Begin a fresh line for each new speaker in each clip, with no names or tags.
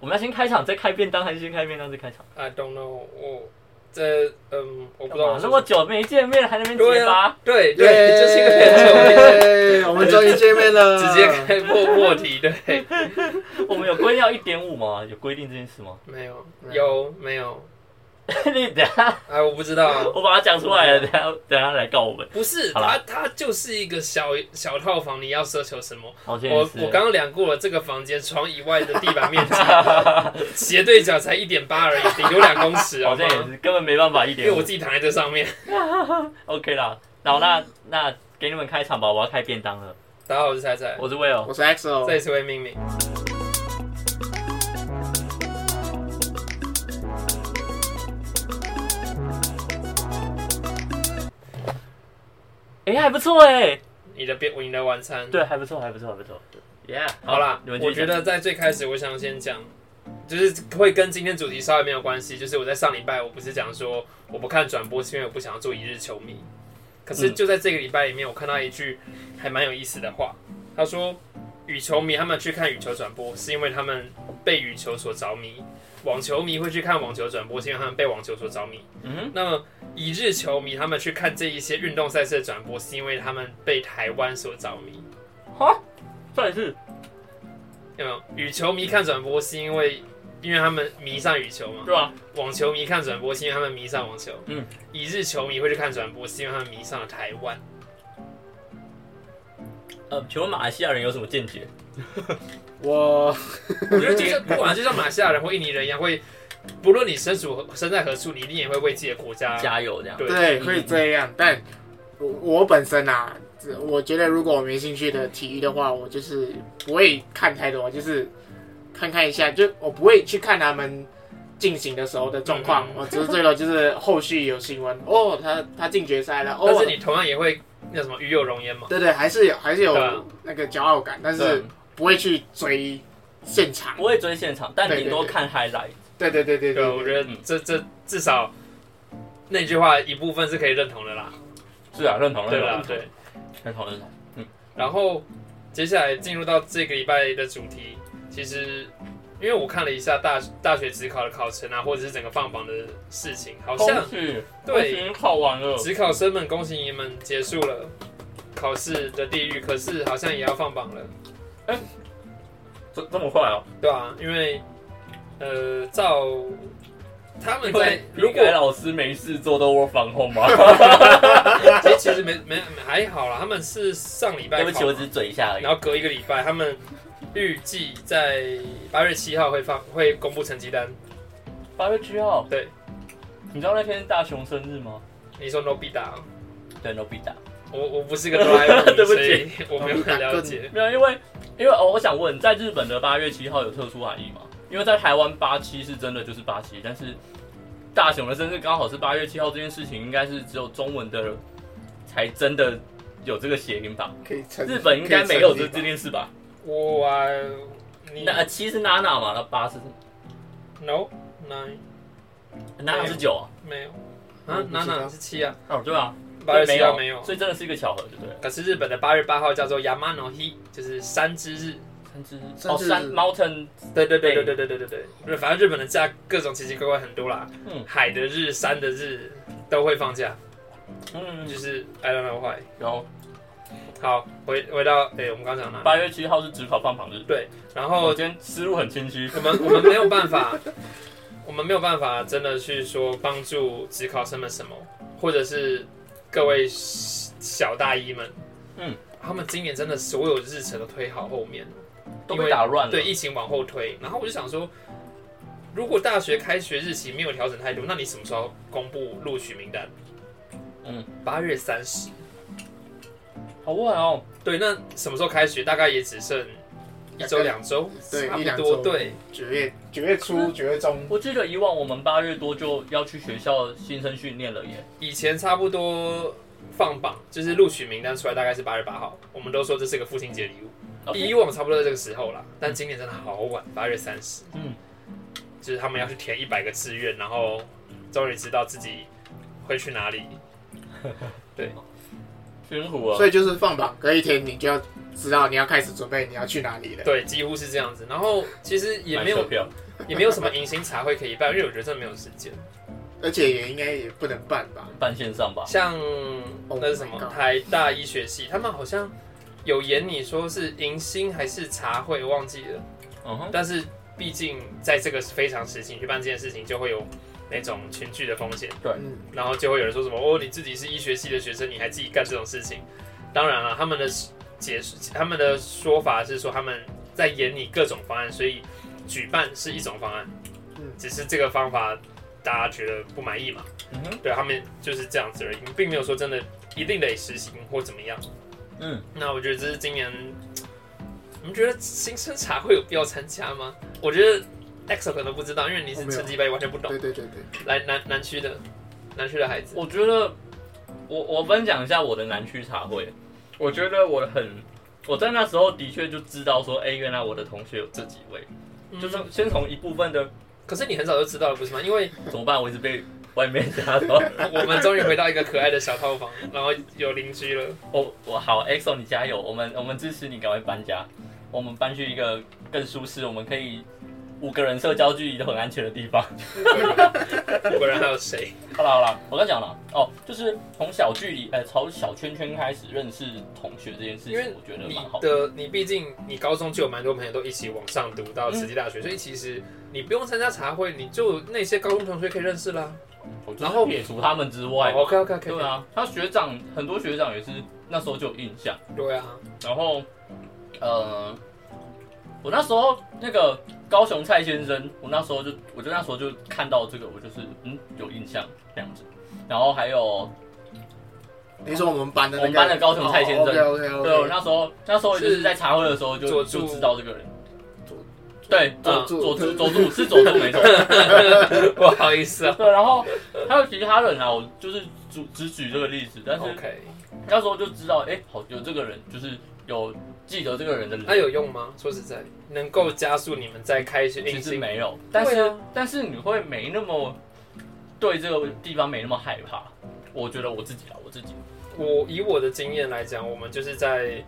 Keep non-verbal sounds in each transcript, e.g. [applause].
我们要先开场再开便当，还是先开便当再开场？
I don't know，我这嗯，我不知道
哇那么久没见面，还在那边
对
结巴，
啊， [laughs] 对对，就是因为很久没见，
耶 [laughs] 我们终于见面
嗯
了，
直接开破破
[laughs]
题，对，
我们有规定要一点五吗？有规定这件事吗？
没有
没有
有没有？
[laughs] 你等一下
哎，我不知道啊，
我把它讲出来了，等一下等一下来告我们。
不是
好啦
它，它就是一个小小套房，你要奢求什么？
好，现在
我
是
我刚刚量过了这个房间床以外的地板面积，
[laughs]
斜对角才一点八而已，顶多两公尺
好
好
像也
吗？
是根本没办法一
因为
点
我
五
自。己躺在这上面。
OK 啦，然后那那给你们开场吧，我要开便当了。
大家好，我是菜菜，
我是 Will，
我是 XO，
再次为命名。
哎、还不错哎、
你的便，你的晚餐。
对，还不错，还不错，还不错。Yeah，
嗯好啦，
你们继
我
续
觉
讲
得在最开始，我想先讲，就是会跟今天主题稍微没有关系。就是我在上礼拜，我不是讲说我不看转播，是因为我不想要做一日球迷。可是
嗯
就在这个礼拜里面，我看到一句还蛮有意思的话，他说：“羽球迷他们去看羽球转播，是因为他们被羽球所着迷；网球迷会去看网球转播，是因为他们被网球所着迷。
嗯哼，
那么一日球迷他们去看这一些运动赛事的转播，是因为他们被台湾所着迷。”
算是
有没有？羽球迷看转播是因为，因为他们迷上羽球嘛；
对吧？
网球迷看转播是因为他们迷上网球。
嗯，
一日球迷会去看转播是因为他们迷上了台湾。
呃，请问马来西亚人有什么见解？
我
我觉得就像不管就像马来西亚人或印尼人一样，会不论你身处身在何处，你一定也会为自己的国家。
[laughs] 加油，这样。
对
对会这样，但我我本身啊，这我觉得如果我没兴趣的体育的话，我就是不会看太多，就是看看一下，就我不会去看他们进行的时候的状况
嗯，嗯
我只是最多就是后续有新闻，哦，他他进决赛了，
但
哦
是，你同样也会那什么与有容焉嘛。
对对，还是有还是
对啊
有那个骄傲感，但是
对
不会去追现场
不，会追现场，但
对
顶多
对对
看 highlight。
对对对对
对，我觉得
嗯
这这至少那句话一部分是可以认同的啦。
是啊，认同
对啦，对。
认同认同。
然后接下来进入到这个礼拜的主题，其实因为我看了一下大大学职考的考程啊，或者是整个放榜的事情，好像
喜，
对
恭喜考完了。
职考生们恭喜你们结束了考试的地狱，可是好像也要放榜了，
这这么快哦？
对吧、因为呃，照他们
因
在
为
如
如
果 [laughs]
果老师没事做都 work from home [laughs] 吗？
其实其实没没没还好啦，他们是上礼拜
对不起，
考
我，只是嘴一下而已
然。后隔一个礼拜，他们预计在八月七号会放会公布成绩单。
八月七号，
对，
你知道那天是大雄生日吗？
你说 No 必打，
对，no 必打。
我我不是个哆啦 A [laughs] 梦，
对不
所
起
以我没有很了
[laughs]
解。
没有，因为因为哦，我想问，在日本的八月七号有特殊含义吗？因为在台湾八七是真的就是八七，但是大雄的生日刚好是八月七号，这件事情应该是只有中文的才真的有这个谐音吧？
可以成
日本应该没有这
可以成立吧
这件事吧？
我啊，你
那呃七是娜娜嘛，那八是
No Nine
娜娜是九啊？
没有
我
啊
不，知
娜
道
娜是七啊，
哦，对啊，
八月
对
七号没有。
所以真的是一个巧合，对不对了？
可是日本的八月八号叫做 Yamano He，就是山之日。
三只
三
哦，
只
三 mountain
对对对对对对对对对对，反正日本的假各种奇奇怪怪很多啦，
嗯
海的日、山的日都会放假，
嗯
就，是 I don't know why。
然后
好，回回到诶，我们刚讲哪里？
八月七号是职考放榜日，
对，然
我、
后
今天思路很清晰，
我们我们没有办法，我们没有办法真的去说帮助职考生们什么，或者是各位小大一们，
嗯，
他们今年真的所有日程都推好后面，
都被打
嗯
乱了，
对，疫情往后推。然后我就想说，如果大学开学日期没有调整太多，那你什么时候公布录取名单？
嗯，
八月三十。
好晚哦，
对，那什么时候开学？大概也只剩一周两周，
对
差
一两
不
周
多。对，
九月九月初九月中
我记得以往我们八月多就要去学校新生训练了耶。
以前差不多放榜，就是录取名单出来大概是八月八号，我们都说这是个父亲节礼物。以往差不多在这个时候啦，但今年真的好晚，八月三十，
嗯，
就是他们要去填一百个志愿，然后终于知道自己会去哪里。
辛苦了。
所以就是放榜隔一天，你就要知道你要开始准备你要去哪里了。
对，几乎是这样子。然后其实也
买
没
车
有
票，
[laughs] 也没有什么迎新茶会可以办，因为我觉得真的没有时间。
而且也应该也不能办吧？
办线上吧。
像
Oh
那是什么
my god
台大医学系，他们好像有演你说是迎新还是茶会，忘记了。
嗯哼，
但是毕竟在这个非常时期去办这件事情，就会有那种群聚的风险，
对
嗯，
然后就会有人说什么哦，你自己是医学系的学生，你还自己干这种事情。当然了，他们的解释，他们的说法是说他们在演你各种方案，所以举办是一种方案
嗯，
只是这个方法大家觉得不满意嘛。
嗯哼，
对他们就是这样子而已，并没有说真的一定得实行或怎么样。
嗯，
那我觉得这是今年，你们觉得新生茶会有必要参加吗？我觉得 EXO 可能不知道，因为你是成绩班完全不懂。
对对对对，
来南南区的南区的孩子，
我觉得我我分享一下我的南区茶会，我觉得我很我在那时候的确就知道说，哎、原来我的同学有这几位，就是
嗯
先从一部分的
可是你很早就知道了，不是吗？因为
怎么办，我一直被外面打到。 [laughs]
我们终于回到一个可爱的小套房，然后有邻居了。
我哦我好，EXO 你加油，我们我们支持你赶快搬家，我们搬去一个更舒适，我们可以五个人社交距离都很安全的地方。 [laughs]
五个人还有谁？
好了好了，我刚讲了哦，就是从小距离，呃，从小圈圈开始认识同学这件事情
因为，
我觉得
你
蛮好的。
的你毕竟你高中就有蛮多朋友都一起往上读到慈济大学，
嗯
所以其实你不用参加茶会，你就那些高中同学可以认识啦。哦
我就是
然后
撇除他们之外，
OK OK OK，
对，啊，他学长很多学长也是那时候就有印象，[laughs]
对啊，
然后，呃，我那时候那个高雄蔡先生，我那时候就我就那时候就看到这个，我就是嗯有印象这样子，然后还有
你说我们班的那
我
个哦
们班的高雄蔡先生
OK OK
对我
OK，
那时候那时候就是
是
在茶会的时候就
佐
就
助
知道这个人，对
嗯
佐佐助佐助是佐助没错，
不好意 [laughs] 思啊。
对，然后还有其他人啊，我就是只只举这个例子，但是
啊 OK，
那时候就知道，哎、好有这个人，就是有记得这个人的人，
那有用吗？说实在，能够加速你们再开一些
其
硬
实
性
没有，但是、
对啊
但是你会没那么对这个地方没那么害怕。我觉得我自己啊，我自己，
我以我的经验来讲，我们就是在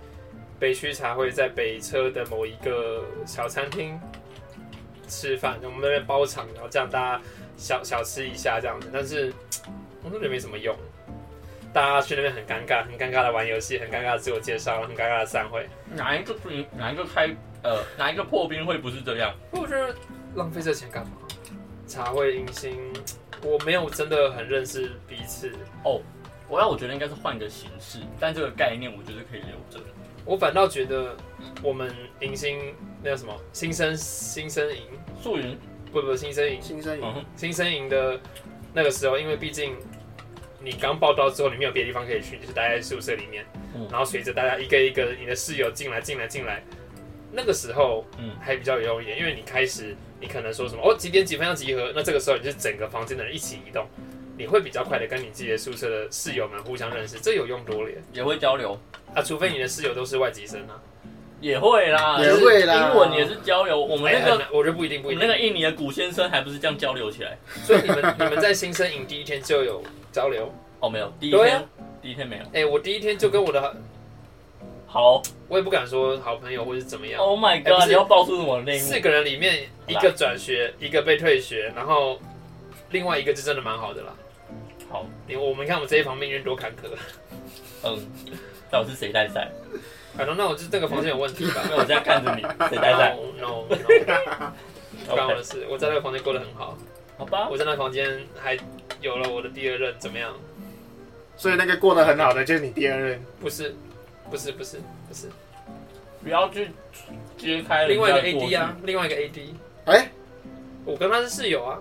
北区茶会，在北车的某一个小餐厅吃饭，我们那边包场，然后这样大家小小吃一下这样子，但是我都觉得没什么用。大家去那边很尴尬，很尴尬的玩游戏，很尴尬的自我介绍，很尴尬的散会。
哪一个哪一个开呃哪一个破冰会不是这样？
我觉得浪费这钱干嘛？茶会迎新，我没有真的很认识彼此。
我要我觉得应该是换个形式，但这个概念我觉得可以留着。
我反倒觉得我们迎新那叫什么新生新生营，
素云，
不不新生营
新生
嗯
营，
哼，
新生营的那个时候，因为毕竟你刚报到之后，你没有别的地方可以去，你就是待在宿舍里面。
嗯
然后随着大家一个一个你的室友进来进来进来，那个时候
嗯
还比较有用一点，因为你开始你可能说什么哦几点几分要集合，那这个时候你是整个房间的人一起移动。你会比较快的跟你自己的宿舍的室友们互相认识，这有用多了耶
也会交流，
啊！除非你的室友都是外籍生啊，
也会啦，
也会啦
就是英文也是交流。我
我
们那个、
哎我觉得不一定
我
不一
们那。
定
个印尼的古先生还不是这样交流起来？
所以你们你们在新生营第一天就有交流？
哦，没有，第一
对
天、
啊
第一天没有。
哎、我第一天就跟我的，
好
我也不敢说好朋友或是怎么样，
，Oh my
哎不
god，、
是
你要爆出什么内幕
四？个人里面一个转学，一个被退学，然后另外一个就真的蛮好的啦。
好，
你我们看我们这一方命运多坎坷。 [laughs]
嗯，到底是谁带赛？
反正那我就这个房间有问题吧
[laughs] 因。为我现在看着你，谁带赛 [laughs]
No No，no，不关我
？OK，
的事。我在那个房间过得很好，
好吧，
我在那个房间还有了我的第二任，怎么样？
所以那个过得很好的就是你第二任，
不是，不是，不是，不是。
不要去揭开人
另
家
外一个
的过去
AD 啊，另外一个 AD，
哎
我跟他是室友啊。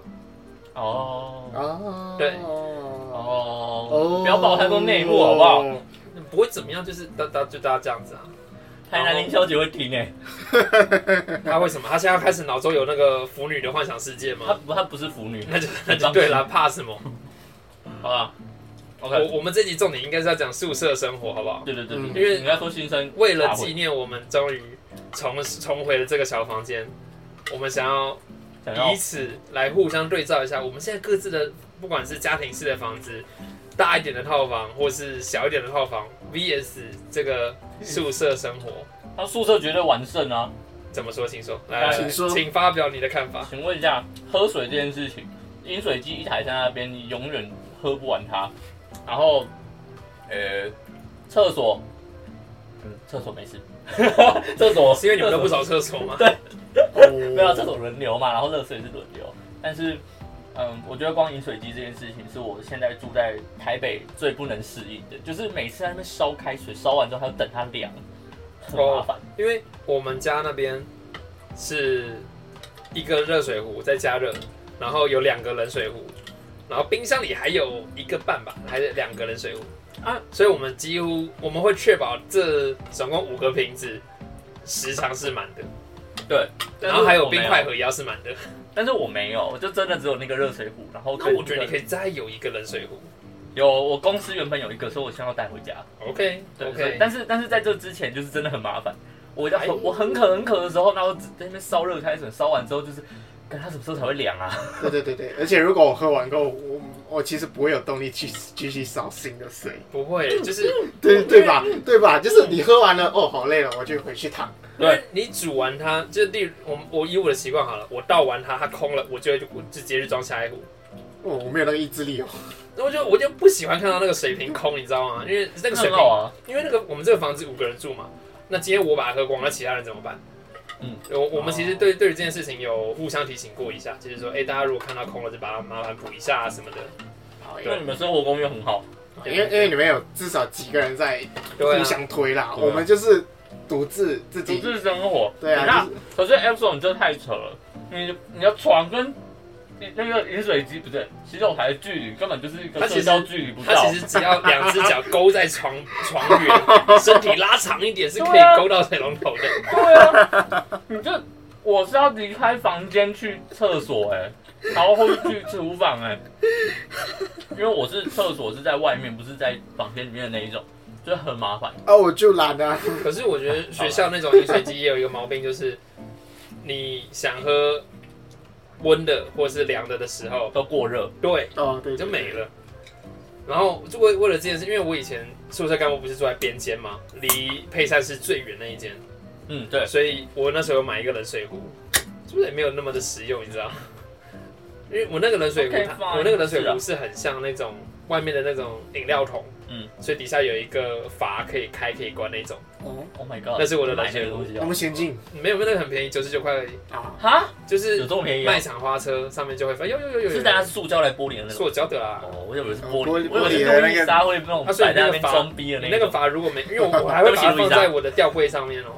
哦
哦，
对
哦
哦，不要爆太多内幕好不好？
好？
不会怎么样，就是大大就大家这样子啊。
台南林小姐会听欸诶，
他为什么？他现在开始脑中有那个腐女的幻想世界
她
吗？
不她不是腐女，
那就那就对啦，怕什么？
好吧？OK，
我我们这集重点应该是要讲宿舍生活，好不好？
对对对对，
嗯
因为你在说新生，
为了纪念我们终于重重回了这个小房间，我们想要
想要
以此来互相对照一下，我们现在各自的不管是家庭式的房子、大一点的套房，或是小一点的套房，VS 这个宿舍生活。
他宿舍绝对完胜啊，
怎么说？请说，来，来
请
说
请发表你的看法。
请问一下，喝水这件事情，饮水机一台在那边，你永远喝不完它。然后，呃，厕所，嗯，厕所没事， [laughs] 厕所
哦是因为你们都不
少。
扫厕所吗？
没有啊这
哦，
种轮流嘛，然后热水是轮流，但是，嗯，我觉得光饮水机这件事情是我现在住在台北最不能适应的，就是每次在那边烧开水，烧完之后还要等它凉，很
哦
麻烦。
因为我们家那边是一个热水壶在加热，然后有两个冷水壶，然后冰箱里还有一个半吧，还是两个冷水壶啊，所以我们几乎我们会确保这总共五个瓶子时常是满的，
对，
然后还有冰块
盒，
盒也要是满的。
但是我没有，我就真的只有那个热水壶，然后
那我觉得你可
以
以再有一个冷水壶。
有我公司原本有一个，所以我先要带回家。
OK
对所以
OK，
但是但是在这之前就是真的很麻烦。我要
哎
我很渴很渴的时候，然后在那边烧热开水，烧完之后就是，看它什么时候才会凉啊？
对对对对，而且如果我喝完过后，我我其实不会有动力去继续烧新的水，
不会，
嗯
就是
对对吧？对吧？就是你喝完了，哦，好累了，我就回去躺。
对
因为你煮完它，就例如我我以我的习惯好了，我倒完它，它空了，我就会就直接去装下一壶。
哦，我没有那个意志力哦。
那我就我就不喜欢看到那个水瓶空，你知道吗？因为那
那
个水
嗯很
瓶，
好啊。
因为那个我们这个房子五个人住嘛，那今天我把它喝光，那其他人怎么办？
嗯，
我我们其实对对于这件事情有互相提醒过一下，就是说，哎、大家如果看到空了，就把它麻烦补一下、啊、什么的。
好
因为你们生活公寓很好，
因为因为你们有至少几个人在
对
互
啊，
相推啦，
哎对啊
我们就是独自自
独
己。
自生活。
对
那、
啊，就是
可是 Epson 你这太扯了，你你要床跟你那个饮水机不对，洗手台的距离根本就是一个
它
社
其实
交距离不
它
到。
其实只要两只脚勾在床 [laughs] 床
[laughs]
缘，身体拉长一点是可
对啊
以勾到水龙头的。
对啊， [laughs] 你这我是要离开房间去厕所哎、然后或者去厨房哎、因为我是厕所是在外面，不是在房间里面的那一种，就很麻烦。
啊，我就懒啊。 [laughs]
可是我觉得学校那种饮水机也有一个毛病，就是你想喝温的或是凉的的时候，
都过热，
对，
哦，对，
就没了。然后就为为了这件事，因为我以前宿舍干部不是住在边间嘛，离配膳室最远那一间，
嗯，对，
所以我那时候有买一个冷水壶，是不是也没有那么的实用，你知道吗？因为我那个冷水壶
Okay，
它
fine，
我那个冷水
是啊
壶是很像那种外面的那种饮料桶，
嗯
所以底下有一个阀可以开可以关那种。
哦，
，Oh my god，
那是我的
买
来
这
源
个东西
那
哦
么，先进
没有，没有那个很便宜，九十九块而已，
啊，
哈，
就
有
是
这么便宜、啊
卖？场花车上面就会发，有有有有有，
是大家塑胶来玻璃的那种。
塑胶的啊啦。
哦，我以为是
玻
玻
璃
璃，
我
我
以
以为
为是
是
路
路
易
易
莎
莎会那种
啊所
摆
以你
在
那个
那边
阀
装逼的
你
那
那个
种。
阀如果没，因为我我还会
对
把它
不起
放
路易莎
在我的吊柜上面哦，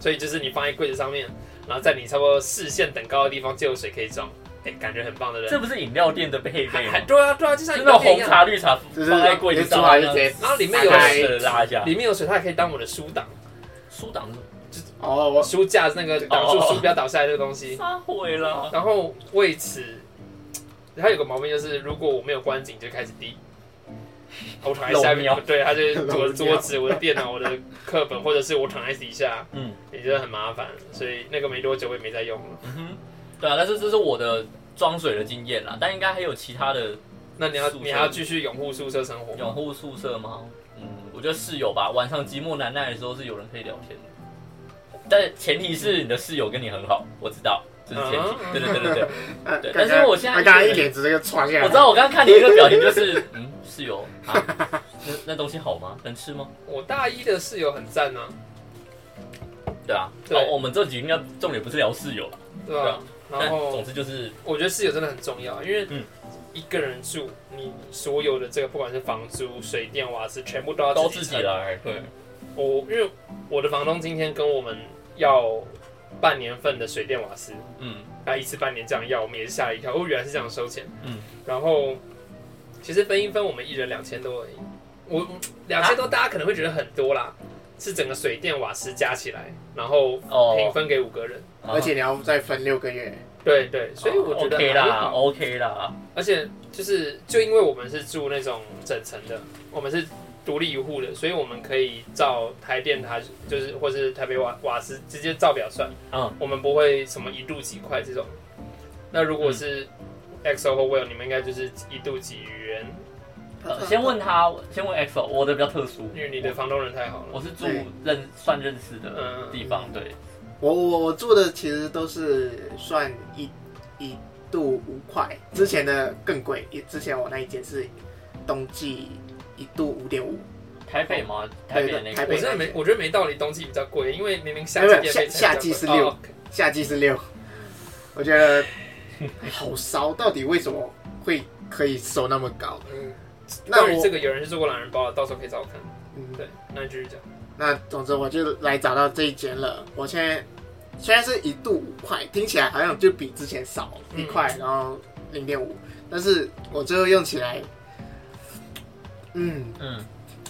所以就是你放在柜子上面，然后在你差不多视线等高的地方就有水可以装，哎，感觉很棒的人。
这不是饮料店的配备吗
还？对啊对啊，就像
就
饮
那
料
种
店
红
一样，
茶、绿茶
就
放
是
在柜子
你出
上，啊
来就直接
然后里面
打
有
把
开
水拉一下。
里面有水，它还可以当我的书挡，
书挡是
哦，我
书架那个挡
哦
住
哦哦
书不要倒下来这个东西。
撒毁了。
然后为此，它有个毛病就是，如果我没有关紧就开始滴。我躺在下
漏
面
尿，
对，它就是我的
漏
桌
尿
子、我的电脑、我的
[laughs]
课本，或者是我躺在底下，
嗯
也觉得很麻烦，所以那个没多久我也没再用了。
嗯哼，对啊，但是这是我的装水的经验啦，但应该还有其他的
那你要
宿舍
你还要继续拥护宿舍生活吗？
养护宿舍吗？嗯，我觉得室友吧，晚上寂寞难耐的时候是有人可以聊天的，但前提是你的室友跟你很好，我知道。这是前提
嗯，
对对对对对，
呃
对
刚
但
刚
是我现在
他刚刚
一
一
个人
脸直接就窜下来，
我知道，我刚刚看你一个表情
[laughs]
就是，嗯，室友啊，那那东西好吗？能吃吗？
我大一的室友很赞啊，
对啊，
对
哦，我们这集应该重点不是聊室友了，
对吧、
对啊
然
但 [laughs] 总
后
之就是，
我觉得室友真的很重要，因为
嗯
一个人住，你所有的这个不管是房租、水电、瓦斯，全部都要
都
自
自
己
己
承。
来，对，
我因为我的房东今天跟我们要半年份的水电瓦斯，
嗯，
他一次半年这样要，我们也是吓了一跳，哦，原来是这样收钱。
嗯，
然后其实分一分，我们一人两千多而已。我两千
啊
多，大家可能会觉得很多啦，是整个水电瓦斯加起来，然后平
哦，
分给五个人。
而且你要再分六个月，
对对，所以我觉
哦
得
OK
还
啦
好。
，OK 啦，
而且就是就因为我们是住那种整层的，我们是独立一户的，所以我们可以照台电台就是或是台北瓦瓦斯直接照表算。
嗯，
我们不会什么一度几块这种。那如果是 XO 或 Will，你们应该就是一度几元，
呃先问他，先问 XO，我的比较特殊，
因为你的房东人太好
我
了。
是住
对
认算认识的
嗯，
地方，对，
我我我住的其实都是算一一度五块，之前的更贵，也之前我那一间是冬季一度五点五，
台北吗？台
对
北那
台
个
我
北
真的没，我觉得没道理，冬季比较贵，因为明明夏
没有
季也
夏
没
夏季是六夏季是六，我
[laughs]
觉得好骚，到底为什么会可以收那么高？
嗯，
那
关于
我
这个有人是做过懒人包的，到时候可以找我看。
嗯，
对，那你继续讲。
那总之我就来找到这一间了。我现在虽然是一度五块，听起来好像就比之前少
嗯
一块，然后零点五，但是我最后用起来，嗯，
嗯，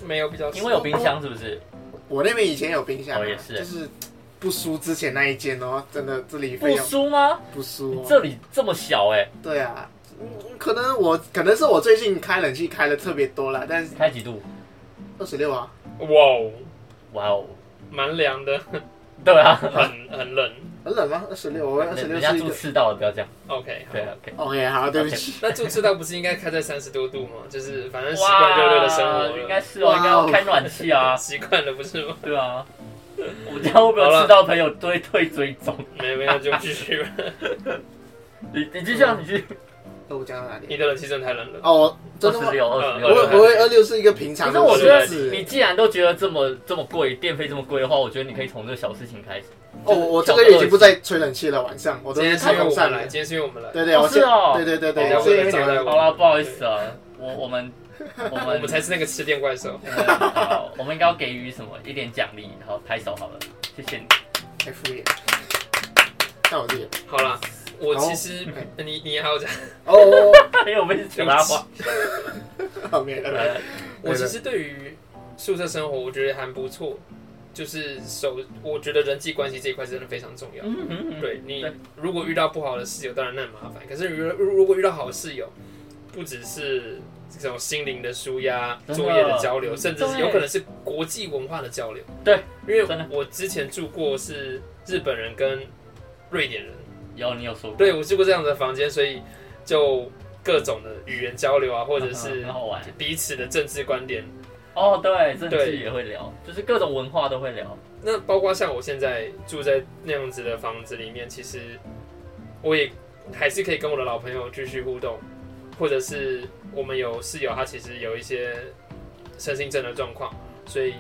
没有比较，
因为有冰箱是不是？
我那边以前有冰箱、啊，
哦也是
就是不输之前那一间哦，真的这里费
不
用
输吗？
不输、哦。
这里这么小哎、
对啊，嗯可能我可能是我最近开冷气开的特别多了，但是
开几度？
二十六啊，
哇哦，
哇哦，
蛮凉的，
对啊，
很很冷。
很冷吗？二十六，我二十六
人家
是一
住
个。
赤道的，不要这样。
OK，好
啊
对，OK。
OK，好，对不起。
那住赤道不是应该开在三十多度吗？就是反正习惯热热的生活
哇
了，。
应该是哦，应该要开暖气啊
[laughs] 习惯了不是吗？
对
[laughs]
啊，我这样会不会吃到朋友都会退追踪？
没有没有，就继续吧。
你你就像你去
哦我讲到哪里？
[laughs] 你的冷气真的太嗯冷了。
哦，我
二
真的
十
吗？
六二十
我
六
会。我会二六是一个平
可
常
是
的
我觉得
数字
你既然都觉得这么这么贵，电费这么贵的话，我觉得你可以从这个小事情开始。
哦，我我这个月已经不再吹冷气了，晚上我都
今
是
天是
开
因为
风
我
扇
们
了
来，。今天是因为我们来，
对对，我
哦是哦
现对对对
哦
对，所以
我
你
找到
们
了
好啦，不好意思啊，我我
[laughs]
们我
我
们
们才是那个吃电怪兽。
我们好，我们应该要给予什么一点奖励，然后拍手好了，谢谢你。 [laughs]
太敷衍。看我这个，
好啦，我
好
其实呃你你还有讲，
哦哦，
没有，我们是讲他
[laughs]
话。
哦好没了。
呃
我其实对于宿舍生活我觉得还不错，就是首我觉得人际关系这一块真的非常重要。
嗯嗯嗯
对你
对
如果遇到不好的室友，当然那很麻烦。可是如如如果遇到好室友，不只是这种心灵的舒压、
真的嗯
作业的交流，甚至是
对
有可能是国际文化的交流。
对，
因为
真的
我之前住过是日本人跟瑞典人，
有你有说过，
对我住过这样的房间，所以就各种的语言交流啊，或者
嗯嗯
是
很好玩
彼此的政治观点。
[laughs] 哦，对，政
对
治也会聊，就是各种文化都会聊。
那包括像我现在住在那样子的房子里面，其实我也还是可以跟我的老朋友继续互动，或者是我们有室友，他其实有一些身心症的状况，所以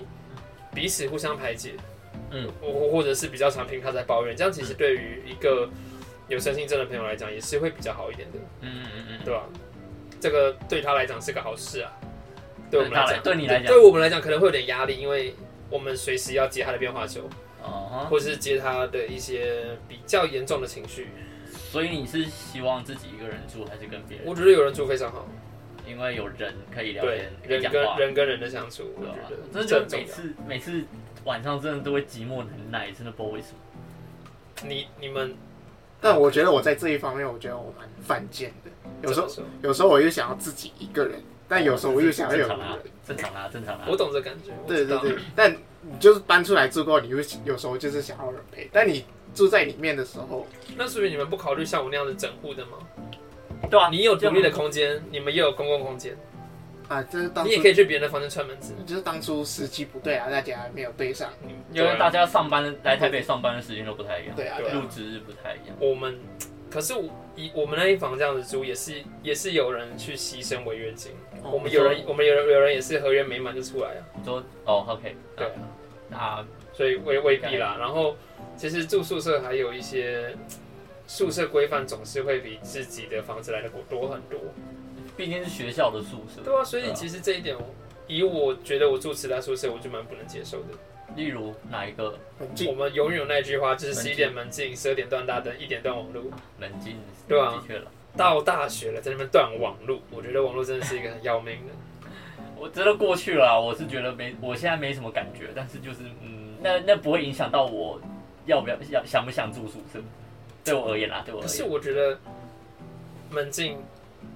彼此互相排解。
嗯，
或或者是比较常听他在抱怨，这样其实对于一个有身心症的朋友来讲，也是会比较好一点的，
嗯嗯嗯嗯，
对吧、这个对他来讲是个好事啊，对我们
对他
来
来
讲，
对你来讲
对我们来讲可能会有点压力，因为我们随时要接他的变化球。
哦、
或是接他的一些比较严重的情绪。
所以你是希望自己一个人住还是跟别人？
我觉得有人住非常好，
因为有人可以聊
对
天，可以
人
讲
跟
话，
人跟人的相处，我
对吧啊
觉？
真的
得这
觉得
很重
每
要。
次每次晚上真的都会寂寞难耐，真的不知道为什么。
你你们
但我觉得我在这一方面，我觉得我蛮犯贱的。有时候，
怎么
有时候我又想要自己一个人，
哦
但有时候我又想要有
正
人
常。啊，正常啊，正常啊
说，我。懂这感觉，我
对
知
对
道
对，但你就是搬出来住过后，你会有时候就是想要人陪。但你住在里面的时候，
那所以你们不考虑像我那样的整户的吗？
对啊，
你有独立
这
的
样
空间，你们也有公共空间，
啊，这是当
你
初
也可以去别人的房间串门子。
就是当初时机不对啊，大家没有对上。
因为大家上班来台北上班的时间都不太一样，
对啊，
啊对啊
入职日不太一样。
我们，可是我以我们那一房这样子租，也是也是有人去牺牲违约金，
哦
我们有人我们有人有人也是合约没满就出来啊。
你说哦，OK，
对
啊，那
所以未未必
嗯
啦。然后其实住宿舍还有一些宿舍规范总是会比自己的房子来的多很多，
毕竟是学校的宿舍，
对啊，所以其实这一点我，以我觉得我住其他宿舍，我就蛮不能接受的。
例如哪一个
很近
我们永远有那句话，就是
门禁
十一点门禁，十二点断大灯，一点断网路。
冷静，
对啊
的确了。
到大学了，在那边断网路，我觉得网路真的是一个很要命的。
我真的过去了啊，我是觉得没，我现在没什么感觉，但是就是嗯，那那不会影响到我要不要要想不想住宿舍，对我而言啦，对我而
可是
言，
我觉得门禁，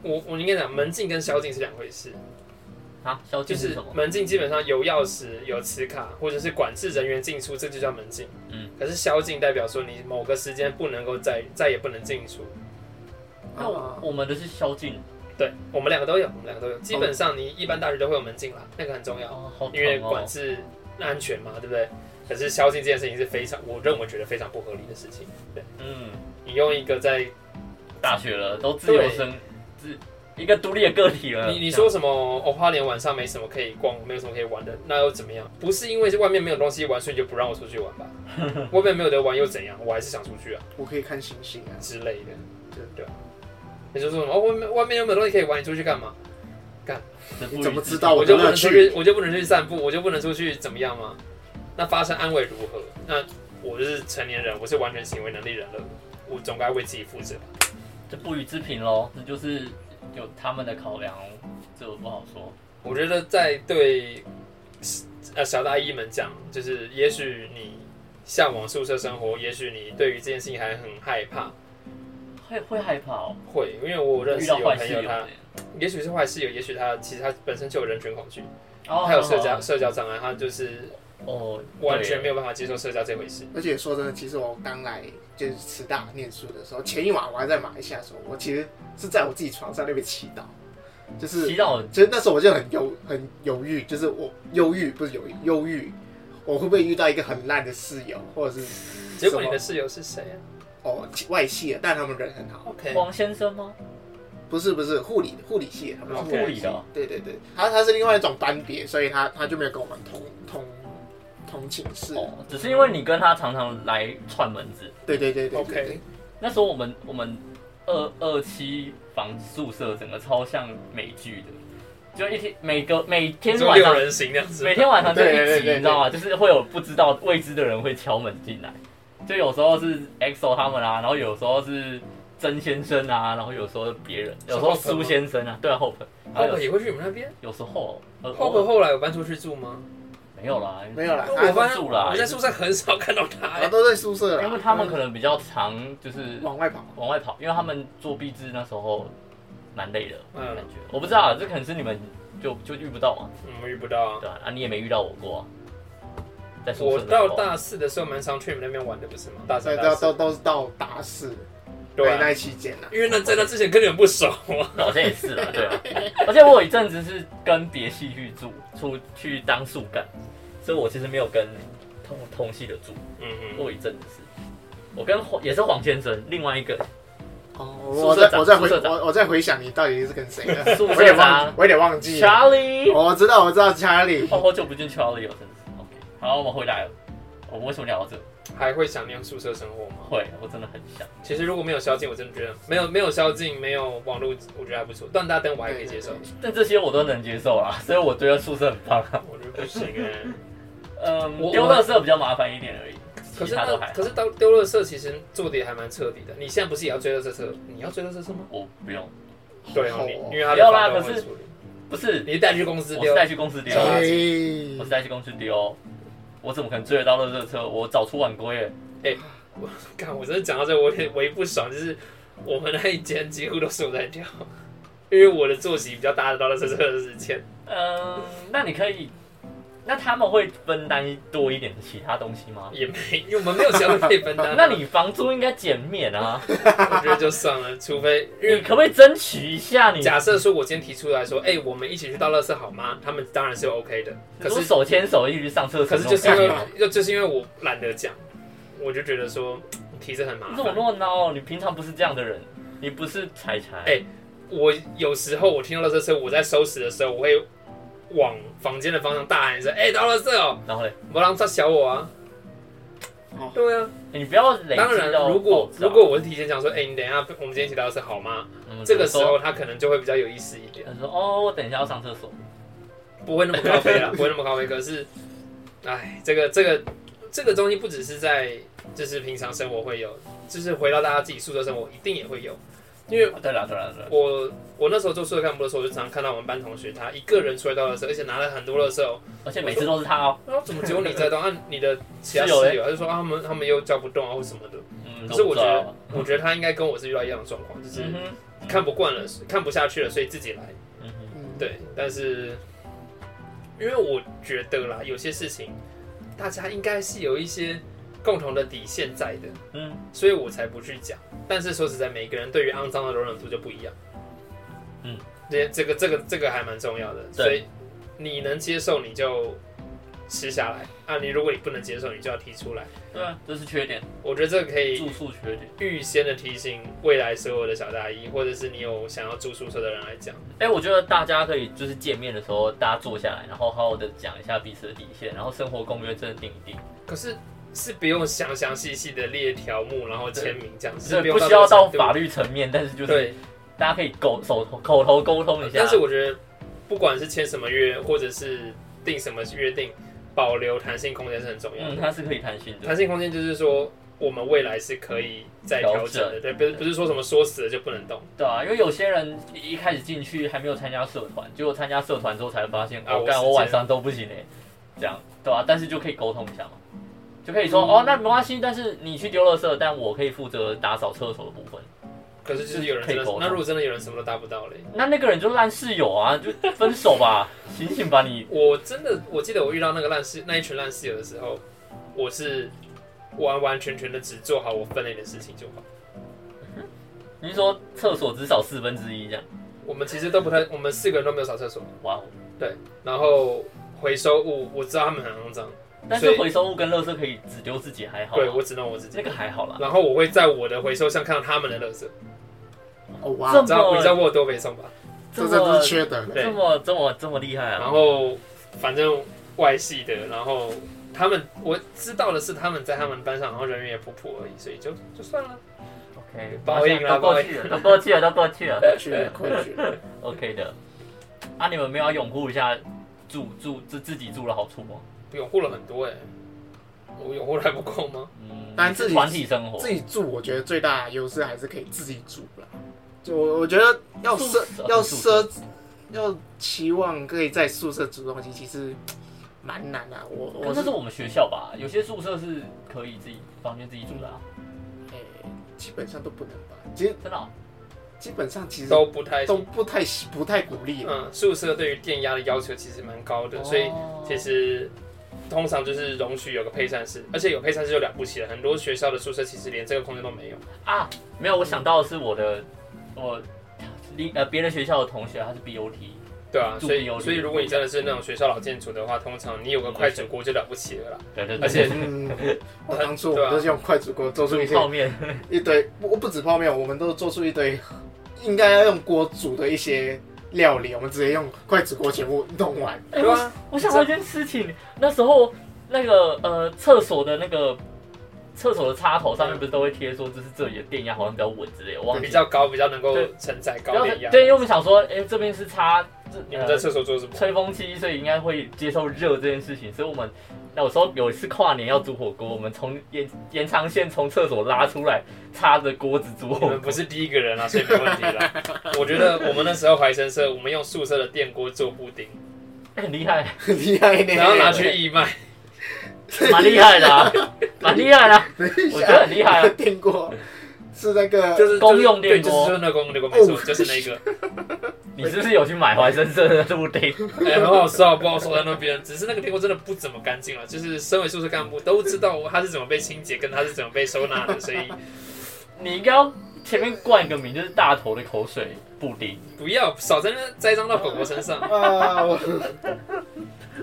我我应该讲门禁跟宵禁是两回事。
啊，宵
就
禁是
是
什么？
门禁基本上有钥匙、有磁卡，或者是管制人员进出，这就叫门禁。
嗯，
可是宵禁代表说你某个时间不能够再再也不能进出。
那
啊
我
啊
我们的是宵禁
对，我们两个都有，我们两个都有。基本上你一般大学都会有门禁啦，那个很重要，
哦哦，好
因为
疼
管
哦，
制安全嘛，对不对？可是宵禁这件事情是非常，我认为觉得非常不合理的事情。
嗯，
你用一个在
大学了都自由生，自一个独立的个体了。
你你说什么？哦，花莲晚上没什么可以逛，没有什么可以玩的，那又怎么样？不是因为外面没有东西玩，所以就不让我出去玩
[laughs]
吧？外面没有得玩又怎样？我还是想出去啊
我可以看星星啊，
之类的，
对
对啊。你就说什么？哦，外面外面又没有东西可以玩，你出去干嘛？
这不
你怎么知
予置
道
我
我
就
的
不能
乐
出去
趣？，
我就不能出去散步，我就不能出去怎么样吗？那发生安慰如何？那我就是成年人，我是完全行为能力人了，我总该为自己负责吧。
这不予置评喽，这就是有他们的考量，这我不好说。
我觉得在对呃小大一们讲，就是也许你向往宿舍生活，也许你对于这件事情还很害怕，
会会害怕哦，
会，因为我认
遇
识
到
有
坏
朋
室友
友
的
他，也许是坏室友，也许他其实他本身就有人群恐惧，
哦，
他有社交
好
社交障碍，他就是
好哦，
完全没
有。
有办法接受社交这回事。
而且说真的，其实我刚来就是师大念书的时候，前一晚我还在马来西亚的时候，我其实是在我自己床上那边祈祷，就是
祈祷
其实那时候我就很犹很犹豫，就是我忧郁不是犹豫，忧郁，我会不会遇到一个很烂的室友，或者是
结果你
什
的
么
室友是谁啊
哦外系的，但他们人很好。
？OK，
王先生吗？
不是不是护理护理系的，他们是
哦
护
护
理
理的哦
系对对对，他他是另外一种班别，所以他他就没有跟我们同同同寝室。
哦，只是因为你跟他常常来串门子。
对对对对
OK
对对
那时候我们我们二二期房宿舍整个超像美剧的，就一天每个每天
就
晚
六
上
人行那样子。
每天晚上就一
对对对
集，
对
你知道吗？就是会有不知道未知的人会敲门进来，就有时候是 EXO 他们啊，然后有时候是曾先生啊，然后有时候是别人，有时候苏先生啊，对啊后盆，然
浩
后
克
有
也会去你们那边？
有时候呃
浩克后来有搬出去住吗？
没有啦，
没有啦
因
他
为我发现
住啦
我在宿舍很少看到他、
[laughs]
然后
欸。
都在宿舍啦，
哎因为他们可能比较常就是
往外跑。
往外跑，因为他们做壁纸那时候蛮累的，
嗯
感觉我不知道啊，这可能是你们就就遇不到嘛，
嗯，我遇不到啊。
对吧、啊？你也没遇到我过啊、在宿舍
我
的时候
到大四的时候蛮常去你们那边玩的，不是吗？大
所
三、
以
大
啊
都
四，
都都是到大四，
对
那
啊、
那期间啊，
因为那在那之前跟你们不熟啊。
好像也是啦，对啊。而且我有一阵子是跟别系去住，出去当树干，所以我其实没有跟同同系的住。
嗯嗯，
我有一阵子是，我跟黄也是黄先生，另外一个
哦，
宿舍
我在
长
我在
宿
回
舍长
我我在回想你到底是跟谁的，
宿
[laughs] 我有
舍
点
长
忘我有点忘记了。
Charlie。
我知道我知道 Charlie，
哦，好久不见 Charlie 哦，真的是。OK，好，我们回来了。哦我们为什么聊到这？
还会想念宿舍生活吗？
会，我真的很想。
其实如果没有宵禁，我真的觉得没有没有宵禁，没有网络，我觉得还不错。断大灯我还可以接受
对，
但这些我都能接受啦，所以我觉得宿舍很棒啊。
我觉得不行哎、
嗯，
我
丢垃圾比较麻烦一点而已，
可
其
是
他都还
那
好。
可是到丢垃圾其实做的也还蛮彻底的。你现在不是也要追垃圾车？你要追垃圾车吗？
我不用，
对
好
哦，你因
哦
为他
不要啦
的房东
可
会
是
处理，
不是，
你是带去公司
我
丢
是。带去公司丢啊，
哎
我是带去公司丢，我怎么可能追得到垃圾车？我早出晚归耶。
看，我真的讲到这，我有点我也不爽，就是我们那一间几乎都是我在跳， [laughs] 因为我的作息比较搭得到了这这个时间。
嗯，那你可以，那他们会分担多一点其他东西吗？
也没，因为我们没有其他可以分担
[laughs]
啊。
那你房租应该减免啊，
我觉得就算了，除非因
你
为
可不可以争取一下你？
假设说我今天提出来说，哎、我们一起去倒垃圾好吗？他们当然是 OK 的，可
如果
是
手牵手一起去上厕所，
可是就是因
那种
为
感觉吗
就就是因为我懒得讲，我就觉得说提这很麻
你怎么
烦
那。么孬？你平常不是这样的人，你不是柴柴。
哎我有时候我听到垃圾车，我在收拾的时候，我会往房间的方向大喊一声：“哎、倒垃圾哦！”
然后嘞，
不让他小我啊
哦。
对啊，
你不要累积到
当然，如果
爆炸
如果我是提前讲说，哎、你等一下，我们今天一起聊的是好吗？
嗯
这个时
比
候他可能就会比较有意思一
如
点，
说他说哦，我等一下要上厕所，
不会那么高飞了， [laughs] 不会那么高飞。可是，哎，这个这个这个东西不只是在就是平常生活会有，就是回到大家自己宿舍生活一定也会有，因为。
啊对了对了对了，
我我那时候做宿舍干部的时候，我就常看到我们班同学他一个人出来倒垃圾，而且拿了很多垃圾哦。
而且每次都是他哦，
然后怎么只有你在倒？啊，你的其他室
室友嘞
友他就说啊，他们他们又叫不动啊，或什么的。
嗯，
可是我觉
都
得
不，
我觉得他应该跟我是遇到一样的状况，就
知道
是
嗯哼
看不惯了，看不下去了，所以自己来。
嗯哼，
嗯
对，但是因为我觉得啦，有些事情大家应该是有一些共同的底线在的，
嗯，
所以我才不去讲。但是说实在，每个人对于肮脏的容忍度就不一样。
嗯，
这这个这个这个还蛮重要的，
对
所以你能接受你就吃下来啊。你如果你不能接受，你就要提出来。
对啊，这是缺点，
我觉得这个可以
住宿缺点。
预先的提醒未来所有的小大一，或者是你有想要住宿舍的人来讲。
哎、我觉得大家可以就是见面的时候，大家坐下来，然后好好的讲一下彼此的底线，然后生活公约真的定一定，
可是是不用详详细细的列条目，然后签名这样，是
这
用
不需要
这个
到
程度
法律层面，但是就是
对。
大家可以口手头口头沟通一下。
但是我觉得，不管是签什么约，或者是定什么约定，保留弹性空间是很重要
嗯，
的。
它是可以弹性的
弹。性空间就是说，我们未来是可以再调整的，对，不是不是说什么说死了就不能动
对啊，因为有些人一开始进去还没有参加社团，结果参加社团之后才发现，
啊
哦
我
干、
时间
我晚上都不行哎、这样对啊，但是就可以沟通一下嘛，就可以
嗯
说、哦，那没关系，但是你去丢垃圾，但我可以负责打扫厕所的部分。
可是就是有人真
可
的
以沟，嗯通
那如果真的有人什么都达不到嘞，
那那个人就烂室友啊，就分手
[laughs]
吧，醒醒吧你。
我真的我记得我遇到那个烂室那一群烂室友的时候，我是完完全全的只做好我分内的事情就好。
你是说厕所只少四分之一这样？
我们其实都
[laughs]
不太，我们四个人都没有扫厕所，
哇哦！
对，然后回收物我知道他们很肮脏，
但
所
是
以
回收物跟垃圾可以只丢自己还好啊，
对我只弄我自己
那。个还好啦。
然后我会在我的回收箱看到他们的垃圾，
哦哇，
这
你知道你知道我有多悲伤吧？
这真
么
的是缺德的。
对
这么这么这么厉害
然
啊！
后反正外系的，然后他们我知道的是他们在他们班上，然后人缘也普普而已，所以就就算了。
OK，
报应啦
都过去了，都过去了，都过去了。
快去了，快去了！
OK 的。啊，你们没有要拥护一下住住自自己住的好处吗？
拥护了很多哎、我拥护的还不够吗？
嗯，
当然自己
团体生活，
自己住，我觉得最大的优势还是可以自己住啦。就我我觉得要奢
宿舍哦
要
宿舍
奢要期望可以在宿舍煮东西，其实蛮难的、啊。我
可
我
是
是
这是我们学校吧，有些宿舍是可以自己房间自己住的啊，
哎、基本上都不能吧。其实
真的哦、
基本上其实
都不太
都不太喜不太鼓励。啊
嗯，宿舍对于电压的要求其实蛮高的，所以
哦
其实通常就是容许有个配膳室，而且有配膳室就了不起了。很多学校的宿舍其实连这个空间都没有。
啊，没有，我想到的是我的我另呃别的学校的同学，他是 BOT，
对啊，
住
所以
有理嗯
所以如果你真的是那种学校老建筑的话，通常你有个快煮锅就了不起了啦。
对对对，
而且啊
嗯，
[laughs]
我当初我们都是用快煮锅做出一
煮
些
泡面，
一堆，不不止泡面，我们都做出一堆应该要用锅煮的一些料理，我们直接用快煮锅全部弄完。
哎
对啊，
我想到一件事情，那时候那个呃厕所的那个厕所的插头上面不是都会贴说，就是这里的电压好像比较稳之类的，我忘
比
记。
较高，比较能够
对
承载
然
高
后
电压。
对，因为我们想说，哎、这边是插这
你们
呃
在厕所做什么？
吹风机，所以应该会接受热这件事情，所以我们。那我说有一次跨年要煮火锅，我们从延延长线从厕所拉出来，插着锅子煮
你
火锅。
们不是第一个人啊，所以没问题啦。我觉得我们那时候怀生社，我们用宿舍的电锅做布丁，
[laughs] 很厉害，
很厉害呢。
然后拿
[laughs]
去义卖。
蛮厉害的、
[laughs]
啊，蛮厉害的、啊，
等一下，
我觉得很厉害啊
电锅是那个，
就是
公用
就是
电锅
对就是那公用电锅，没错，
哦
就是那个，
你是不是有去买怀生社的 [laughs] 布丁？
哎，很好吃啊，不好说在那边。只是那个电锅真的不怎么干净了，啊就是身为宿舍干部都知道它是怎么被清洁，跟它是怎么被收纳的，所以
你应该要前面冠一个名，就是大头的口水布丁。
不要少在那栽赃到狗狗身上。
啊，我
[laughs]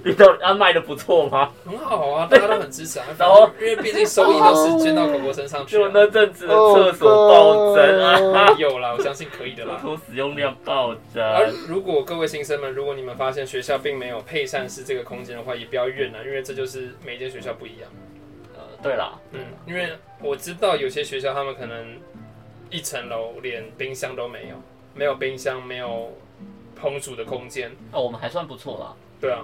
你到底他啊卖的不错吗？
很好啊，大家都很支持啊。
[laughs] 然后
因为毕竟收益都是捐到狗狗身上去、
就
啊。
那阵子的厕所暴增啊， [laughs]
哦
有啦，我相信可以的
厕 [laughs]
啦。
所使用量暴
而
增。
如果各位新生们，如果你们发现学校并没有配膳室这个空间的话，也不要怨啊，因为这就是每间学校不一样。
呃，对啦，
嗯，因为我知道有些学校他们可能一层楼连冰箱都没有，没有冰箱，没有烹煮的空间。
哦，我们还算不错啦。
对啊，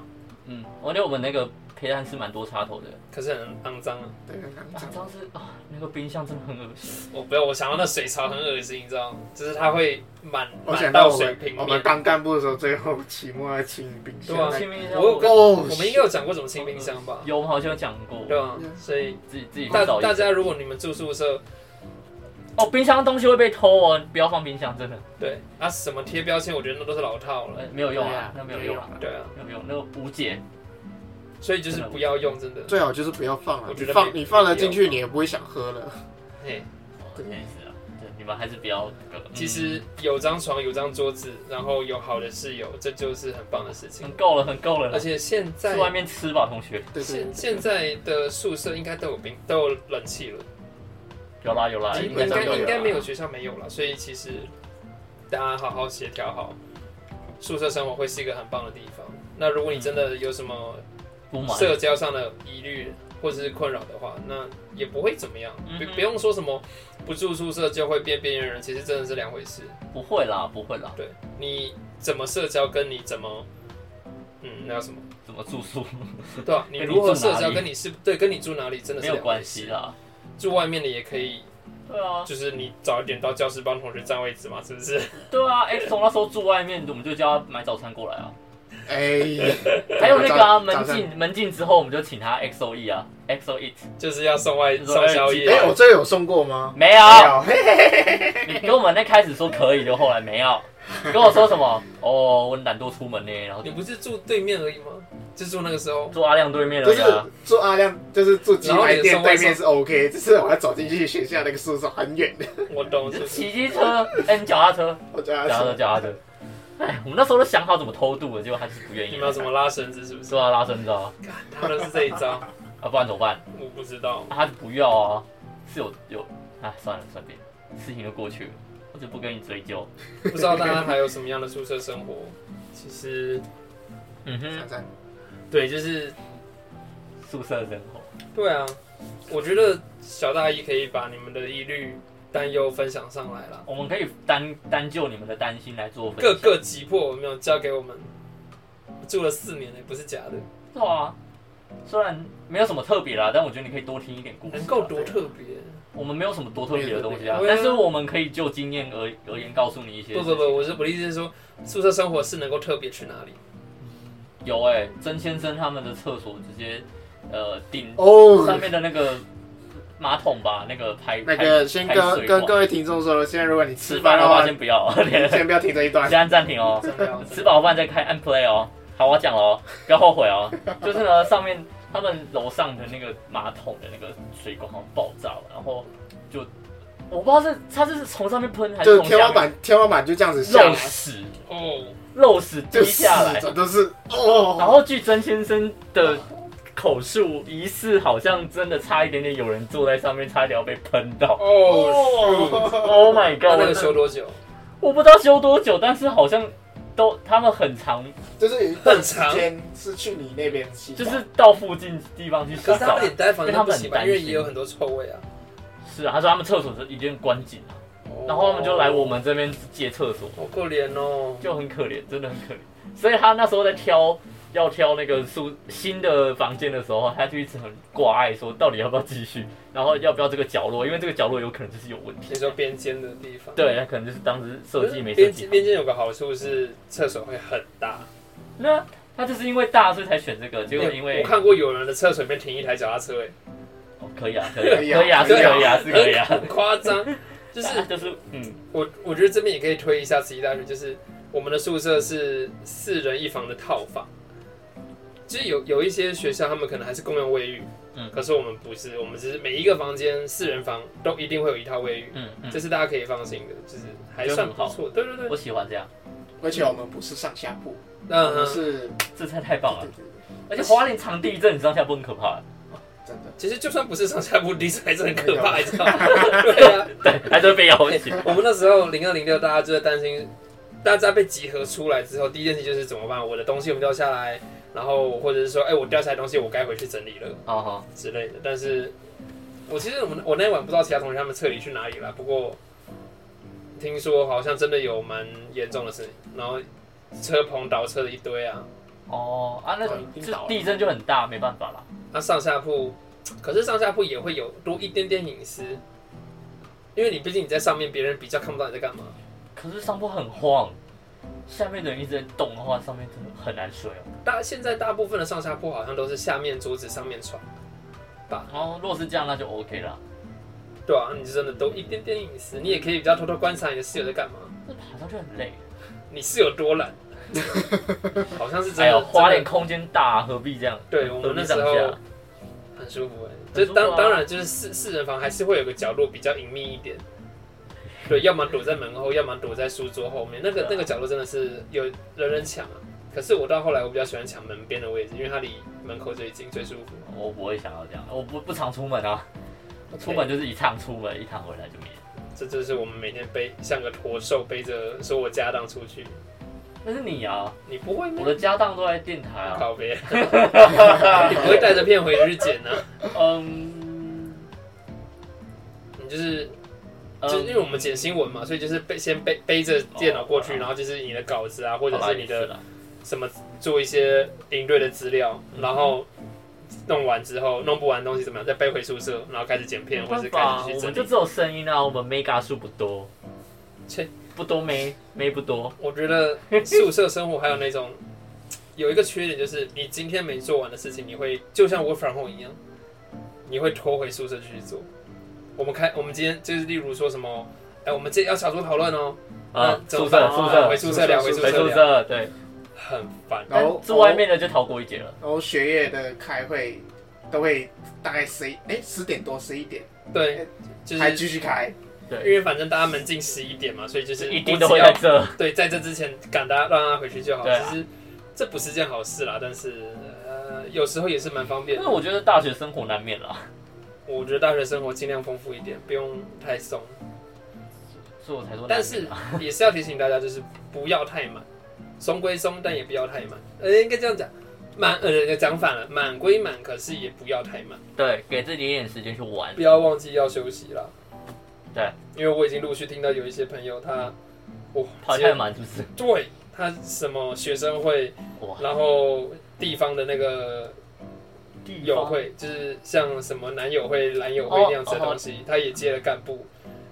嗯，我觉得我们那个陪餐是蛮多插头的。
可是很肮脏啊！
对很难
啊
讲，
当时啊，那个冰箱真的很恶心。
我不要，我想到那水槽很恶心，你知道吗？就是它会满
我
满
想到
到
我
水
们
平
我
面
们。当干部的时候，最后期末要清冰箱。
对啊
清冰箱
我有跟
哦，
我们应该有讲过怎么清冰箱吧？
有，我们好像有讲过。
对啊，
嗯
所以
自己自己去
大
找一
大
下。
家如果你们住宿舍，
哦，冰箱的东西会被偷哦，不要放冰箱，真的，
对啊，什么贴标签，我觉得那都是老套
呃
了。
没有用
对
啊
啊，
那没有用啊，
对啊，
没有用，那个无解。
所以就是不要用，真的。
最好就是不要放了，啊
我
你
觉得
放
没
你放了进去，你也不会想喝了。
嘿，
哦，真的是啊，真的你们还是不要那个。嗯
其实有张床，有张桌子，然后有好的室友，这就是很棒的事情
很。够了，很够了
而
啦，
且现在
去嗯外面吃吧，同学。
对对
现现在的宿舍应该都有冰，都有冷气了，
有啦有啦，基
应该
本上都有啦啊
应该没有学校没有了，所以其实大家好好协调好，宿舍生活会是一个很棒的地方。那如果你真的有什么
不买。
社交上的疑虑或者是困扰的话，那也不会怎么样，
嗯哼
不不用说什么不住宿舍就会变边缘人，其实真的是两回事。
不会啦，不会啦，
对，你怎么社交，跟你怎么，嗯，那叫
[laughs]
什么？
怎么住宿
对啊，你
跟你
如何
住
社
哪
交，
里
跟你是对，跟你住哪里真的
没
是
有
两回
关
事
系。啦。
住外面的也可以，
对啊，
就是你早一点到教室帮同学占位置嘛，是不是？ [laughs]
对啊，哎、从那时候住外面，我们就叫他买早餐过来啊。
哎，
还有那个、啊、门
早上
禁，门禁之后，我们就请他 XO E 啊，XO E
就是要送外
就是
送宵
二级
夜
[laughs] 对
哎，
啊
我这有送过吗？
没
没
有，
有，嘿
你跟我们那开始说可以，就后来没有，你跟我说什么？哦，我懒惰出门呢，然后
你不是住对面而已吗？就住那个时候，
坐阿亮对面
就
了啊
是
呀。
住阿亮，就是住鸡排
然
店
后你的送外
对面是 OK，只是我要走进去学校那个宿舍很远 [laughs] 的，
我懂，
你
就是
[laughs]
是
骑机车，哎、你脚踏车，
我就
脚
要
踏车，
说，
脚踏车。哎，我们那时候都想好怎么偷渡了，结果还是不愿
你
意
们。要怎么拉绳子，是不是？
说要拉伸招
他们是这一招，
啊，不然怎么办？
我不知道。
啊、他就不要啊，是有有，哎，算了，算了，事情都过去了，我就不跟你追究。
不知道大家还有什么样的宿舍生活？其实，
嗯哼
想，想
对，就是
宿舍生活。
对啊，我觉得小大一可以把你们的疑虑、担忧分享上来了，
我们可以单单就你们的担心来做分
各
享。
个击破有没有交给我们？住了四年呢，不是假的，
对啊，虽然没有什么特别啦，但我觉得你可以多听一点故事啊。
能够多特别？
我们没有什么多特别的东西啊
没有特别，
但是我们可以就经验而而言告诉你一些事
不
情。
不不，我是我的意思是说，宿舍生活是能够特别去哪里？
有哎、曾先生他们的厕所直接呃顶上
哦，
面的那个马桶吧，那个排
那个先
排排
跟
水
跟
管
各位听众说，现在如果你
吃
吃
饭
饭
的
的
话
话，
先不要，
先不要停这一段
先。按暂停哦。
真的啊要
吃饱饭再开按 play 哦。好，我讲了哦，不要后悔哦。就是呢，上面他们楼上的那个马桶的那个水管好像爆炸了，然后就我不知道是它是从上面喷还是
就
从
天
下面
花板，天花板就这样子下
漏
来，
屎
哦，
漏屎滴
就
下来，
整都是
然
哦，
后据曾先生的口述，疑似好像真的差一点点有人坐在上面，差一点要被喷到。
哦，
Oh my
那
god！
那个修多久？
我不知道修多久，但是好像都他们很长，
就是有一段时间是去你那边洗，
就是到附近地方去洗
可是他
澡
们。也待房
因
间
为他
不
们
行吧？
很担
因为
心
也有很多臭味啊。
是啊，他说他们厕所是一定关紧
哦
啊，然后他们就来我们这边借厕所，
好可怜哦。
就很可怜，真的很可怜。所以他那时候在挑要挑那个宿新的房间的时候，他就一直很挂碍，说到底要不要继续，然后要不要这个角落，因为这个角落有可能就是有问题。
你说边间的地方，
对，那可能就是当时设计没设
边
计
间
好。
边间有个好处是厕所会很大，
那他就是因为大，所以才选这嗯个。结果因为
我看过有人的厕所里面停一台脚踏车、欸，
哦可
[laughs]
以啊，可以啊，
可
可以
以
啊，
啊
是可以啊，是可以啊。
很夸张。
[laughs]
就
就是是就是嗯，
我我觉得这边也可以推一下慈溪大学，就是我们的宿舍是四人一房的套房，就是有有一些学校他们可能还是共用卫浴，
嗯
可是我们不是，我们只是每一个房间四人房都一定会有一套卫浴，
嗯
这
嗯，
是大家可以放心的，就是还算不错。对对
我
对，
喜欢这样，
而且我们不是上下铺，我
那
们是
这菜太棒了
对。对对
而且花莲长地震，你知道下不很可怕，
真的
其实就算不是上下铺， [laughs] 地震还是很可怕，你知
[laughs]
道吗？对啊，
对，还是会被摇
[laughs]
起。
我们那时候零二零六，大家就在担心，大家被集合出来之后，第一件事就是怎么办？我的东西有没有掉下来？然后或者是说，哎、我掉下来的东西我该回去整理了
好好，
之类的。但是我其实我们我那一晚不知道其他同学他们撤离去哪里了，不过听说好像真的有蛮严重的事情，然后车棚倒车的一堆啊，
哦啊，那
哦已经
这
倒了
地震就很大，没办法啦。
那上下铺，可是上下铺也会有多一点点隐私，因为你毕竟你在上面，别人比较看不到你在干嘛。
可是上坡很晃，下面的人一直在动的话，上面真的很难睡哦。
大现在大部分的上下铺好像都是下面桌子上面床，
然后哦如果是这样，那就 OK 啦。
对啊，你就真的都一点点隐私，你也可以比较偷偷观察你的室友在干嘛。
这爬上去很累。
你是有多懒？好像是真
还
的
有，哎花
脸
莲空间大，何必这样？
对我们
何必
那时
涨
候
价
很舒服哎、
很舒服啊
就当当然就是四四人房还是会有个角落比较隐秘一点，对，要么躲在门后，要么躲在书桌后面，那个那个角落真的是有人人抢啊。可是我到后来，我比较喜欢抢门边的位置，因为它离门口最近，最舒服。
我不会想要这样，我不不常出门啊，
OK
出门就是一趟出门，一趟回来就没了。
这就是我们每天背像个驼兽背着说我家当出去，
那是你啊，
你不会
我
吗？
的家当都在电台啊。
告
[laughs]
别，你不会带着片回去剪啊呢、
嗯，
你就是
嗯
就是因为我们剪新闻嘛，所以就是背先背背着电脑过去，
哦
然后就是你的稿子啊，或者
好吧
是你
也
的
啦
什么做一些应对的资料，
嗯
然后弄完之后弄不完的东西怎么样，再背回宿舍，然后开始剪片，
没
或者是
办
开
法啊，
始去
我们
整
就
理。嗯
只有声音啊，我们 mega 数不多
切，
不多没没不多，
我觉得宿舍生活还有那种有一个缺点，就是你今天没做完的事情，你会就像 work from home 一样，你会拖回宿舍继续做。我们开，我们今天就是例如说什么，哎、我们这要小组讨论哦，
啊，
那怎
宿
么办
舍
啊
宿
回
舍
宿舍聊，回宿
回
舍
宿
聊，
舍，对，
很烦。
然后
但住
哦
外面的就逃过一劫了。
然后学业的开会都会大概十一哎十点多十一点
对，就
还
是
继续开，
因为反正大家门禁十一点嘛，所以就是
一定
我
都
只
会
要
在这，
对，在这之前赶大家让他回去就好。
对啊
其实这不是件好事啦，但是呃，有时候也是蛮方便
但
的
是。我觉得大学生活难免啦，
我觉得大学生活尽量丰富一点，不用太松，
所以我才说难免啊。
但是
[laughs]
也是要提醒大家，就是不要太满，松归松，但也不要太满。呃，应该这样讲，满呃讲反了，满归满，可是也不要太满，
对，给自己一点时间去玩
不。要忘记要休息啦。
对，
因为我已经陆续听到有一些朋友他，哇，
跑
直接
太满是不
[laughs]
是？
对他什么学生会，
哇，
然后地方的那个友会，就是像什么男友会、蓝
哦
友会那样子的东西，他也接了干部，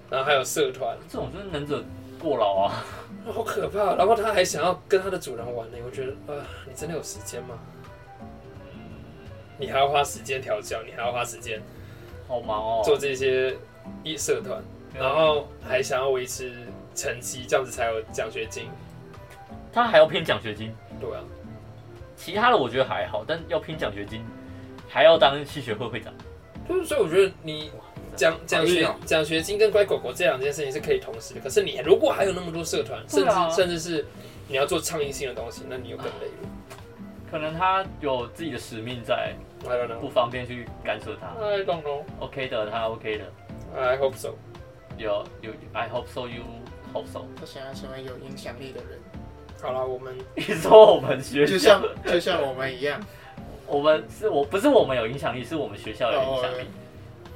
然后还有社团，
这种就是能者过劳啊。
好可怕。然后他还想要跟他的主人玩呢，我觉得，呃，你真的有时间吗？你还要花时间调教，你还要花时间
好忙哦。
做这些一社团，然后还想要维持成绩，这样子才有奖学金。
他还要拼奖学金，
对啊，
其他的我觉得还好，但要拼奖学金，还要当系学会会长。
就是所以我觉得你奖奖
好硬
学
哦
奖学金跟乖狗狗这两件事情是可以同时的，可是你如果还有那么多社团，甚
对
至、
啊
甚至是你要做倡议性的东西，那你又更累了。
可能他有自己的使命在，
I don't
不
know,
方便去干涉他。
I don't know,
OK 的，他 OK 的。
I hope so。
有有，I hope so, you hope so。 [laughs]
我想要成为有影响力的人，
好了，我们
你说我们学
就
校
像，就像我们一样，
我们是我不是我们有影响力，是我们学校有影响力
哦。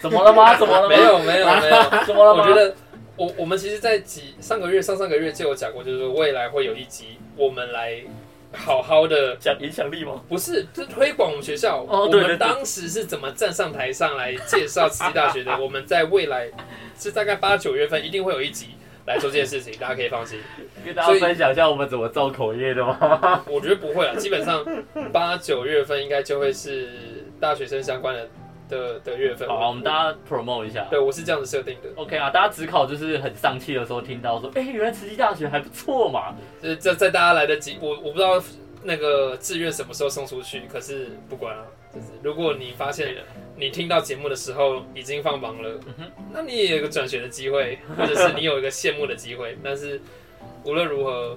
怎么了吗？怎么了吗？
没有没有没有，
怎么了吗？
我觉得我我们其实，在几上个月、上上个月就有讲过，就是说未来会有一集我们来好好的。
讲影响力吗？
不是，是推广我们学校。
哦
我
对对对
们当时是怎么站上台上来介绍慈济大
[laughs]
学的？我们在未来是大概八九月份一定会有一集来做这件事情，大家可以放心。
跟大
所以
家分享一下我们怎么造口业的吗？
我觉得不会了，基本上八九月份应该就会是大学生相关的的的月份。
好啊，我们大家 promote 一下。
对我是这样子设定的，
OK 啊，大家只考就是很丧气的时候听到说，哎、原来慈济大学还不错嘛。
就是在在大家来得及，我我不知道那个志愿什么时候送出去，可是不管啊，就是如果你发现你听到节目的时候已经放榜了，
嗯
那你也有一个转学的机会，或者是你有一个羡慕的机会。但是无论如何，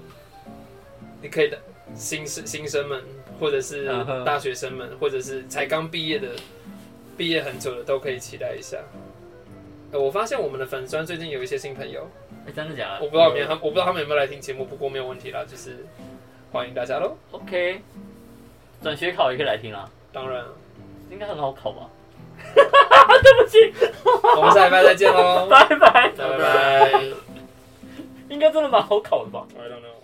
你可以的新生新生们，或者是
嗯哼
大学生们，或者是才刚毕业的、毕业很久的，都可以期待一下。呃我发现我们的粉砖最近有一些新朋友，
哎、真的假的？
我不知道有没有他，我不知道他们有没有来听节目，不过没有问题啦，就是欢迎大家喽。
OK，转学考也可以来听啊，
当然，
应该很好考吧？
我们下礼拜再见
[laughs]
喽，
拜拜，
拜拜。
应该真的蛮好考的吧？
I don't know.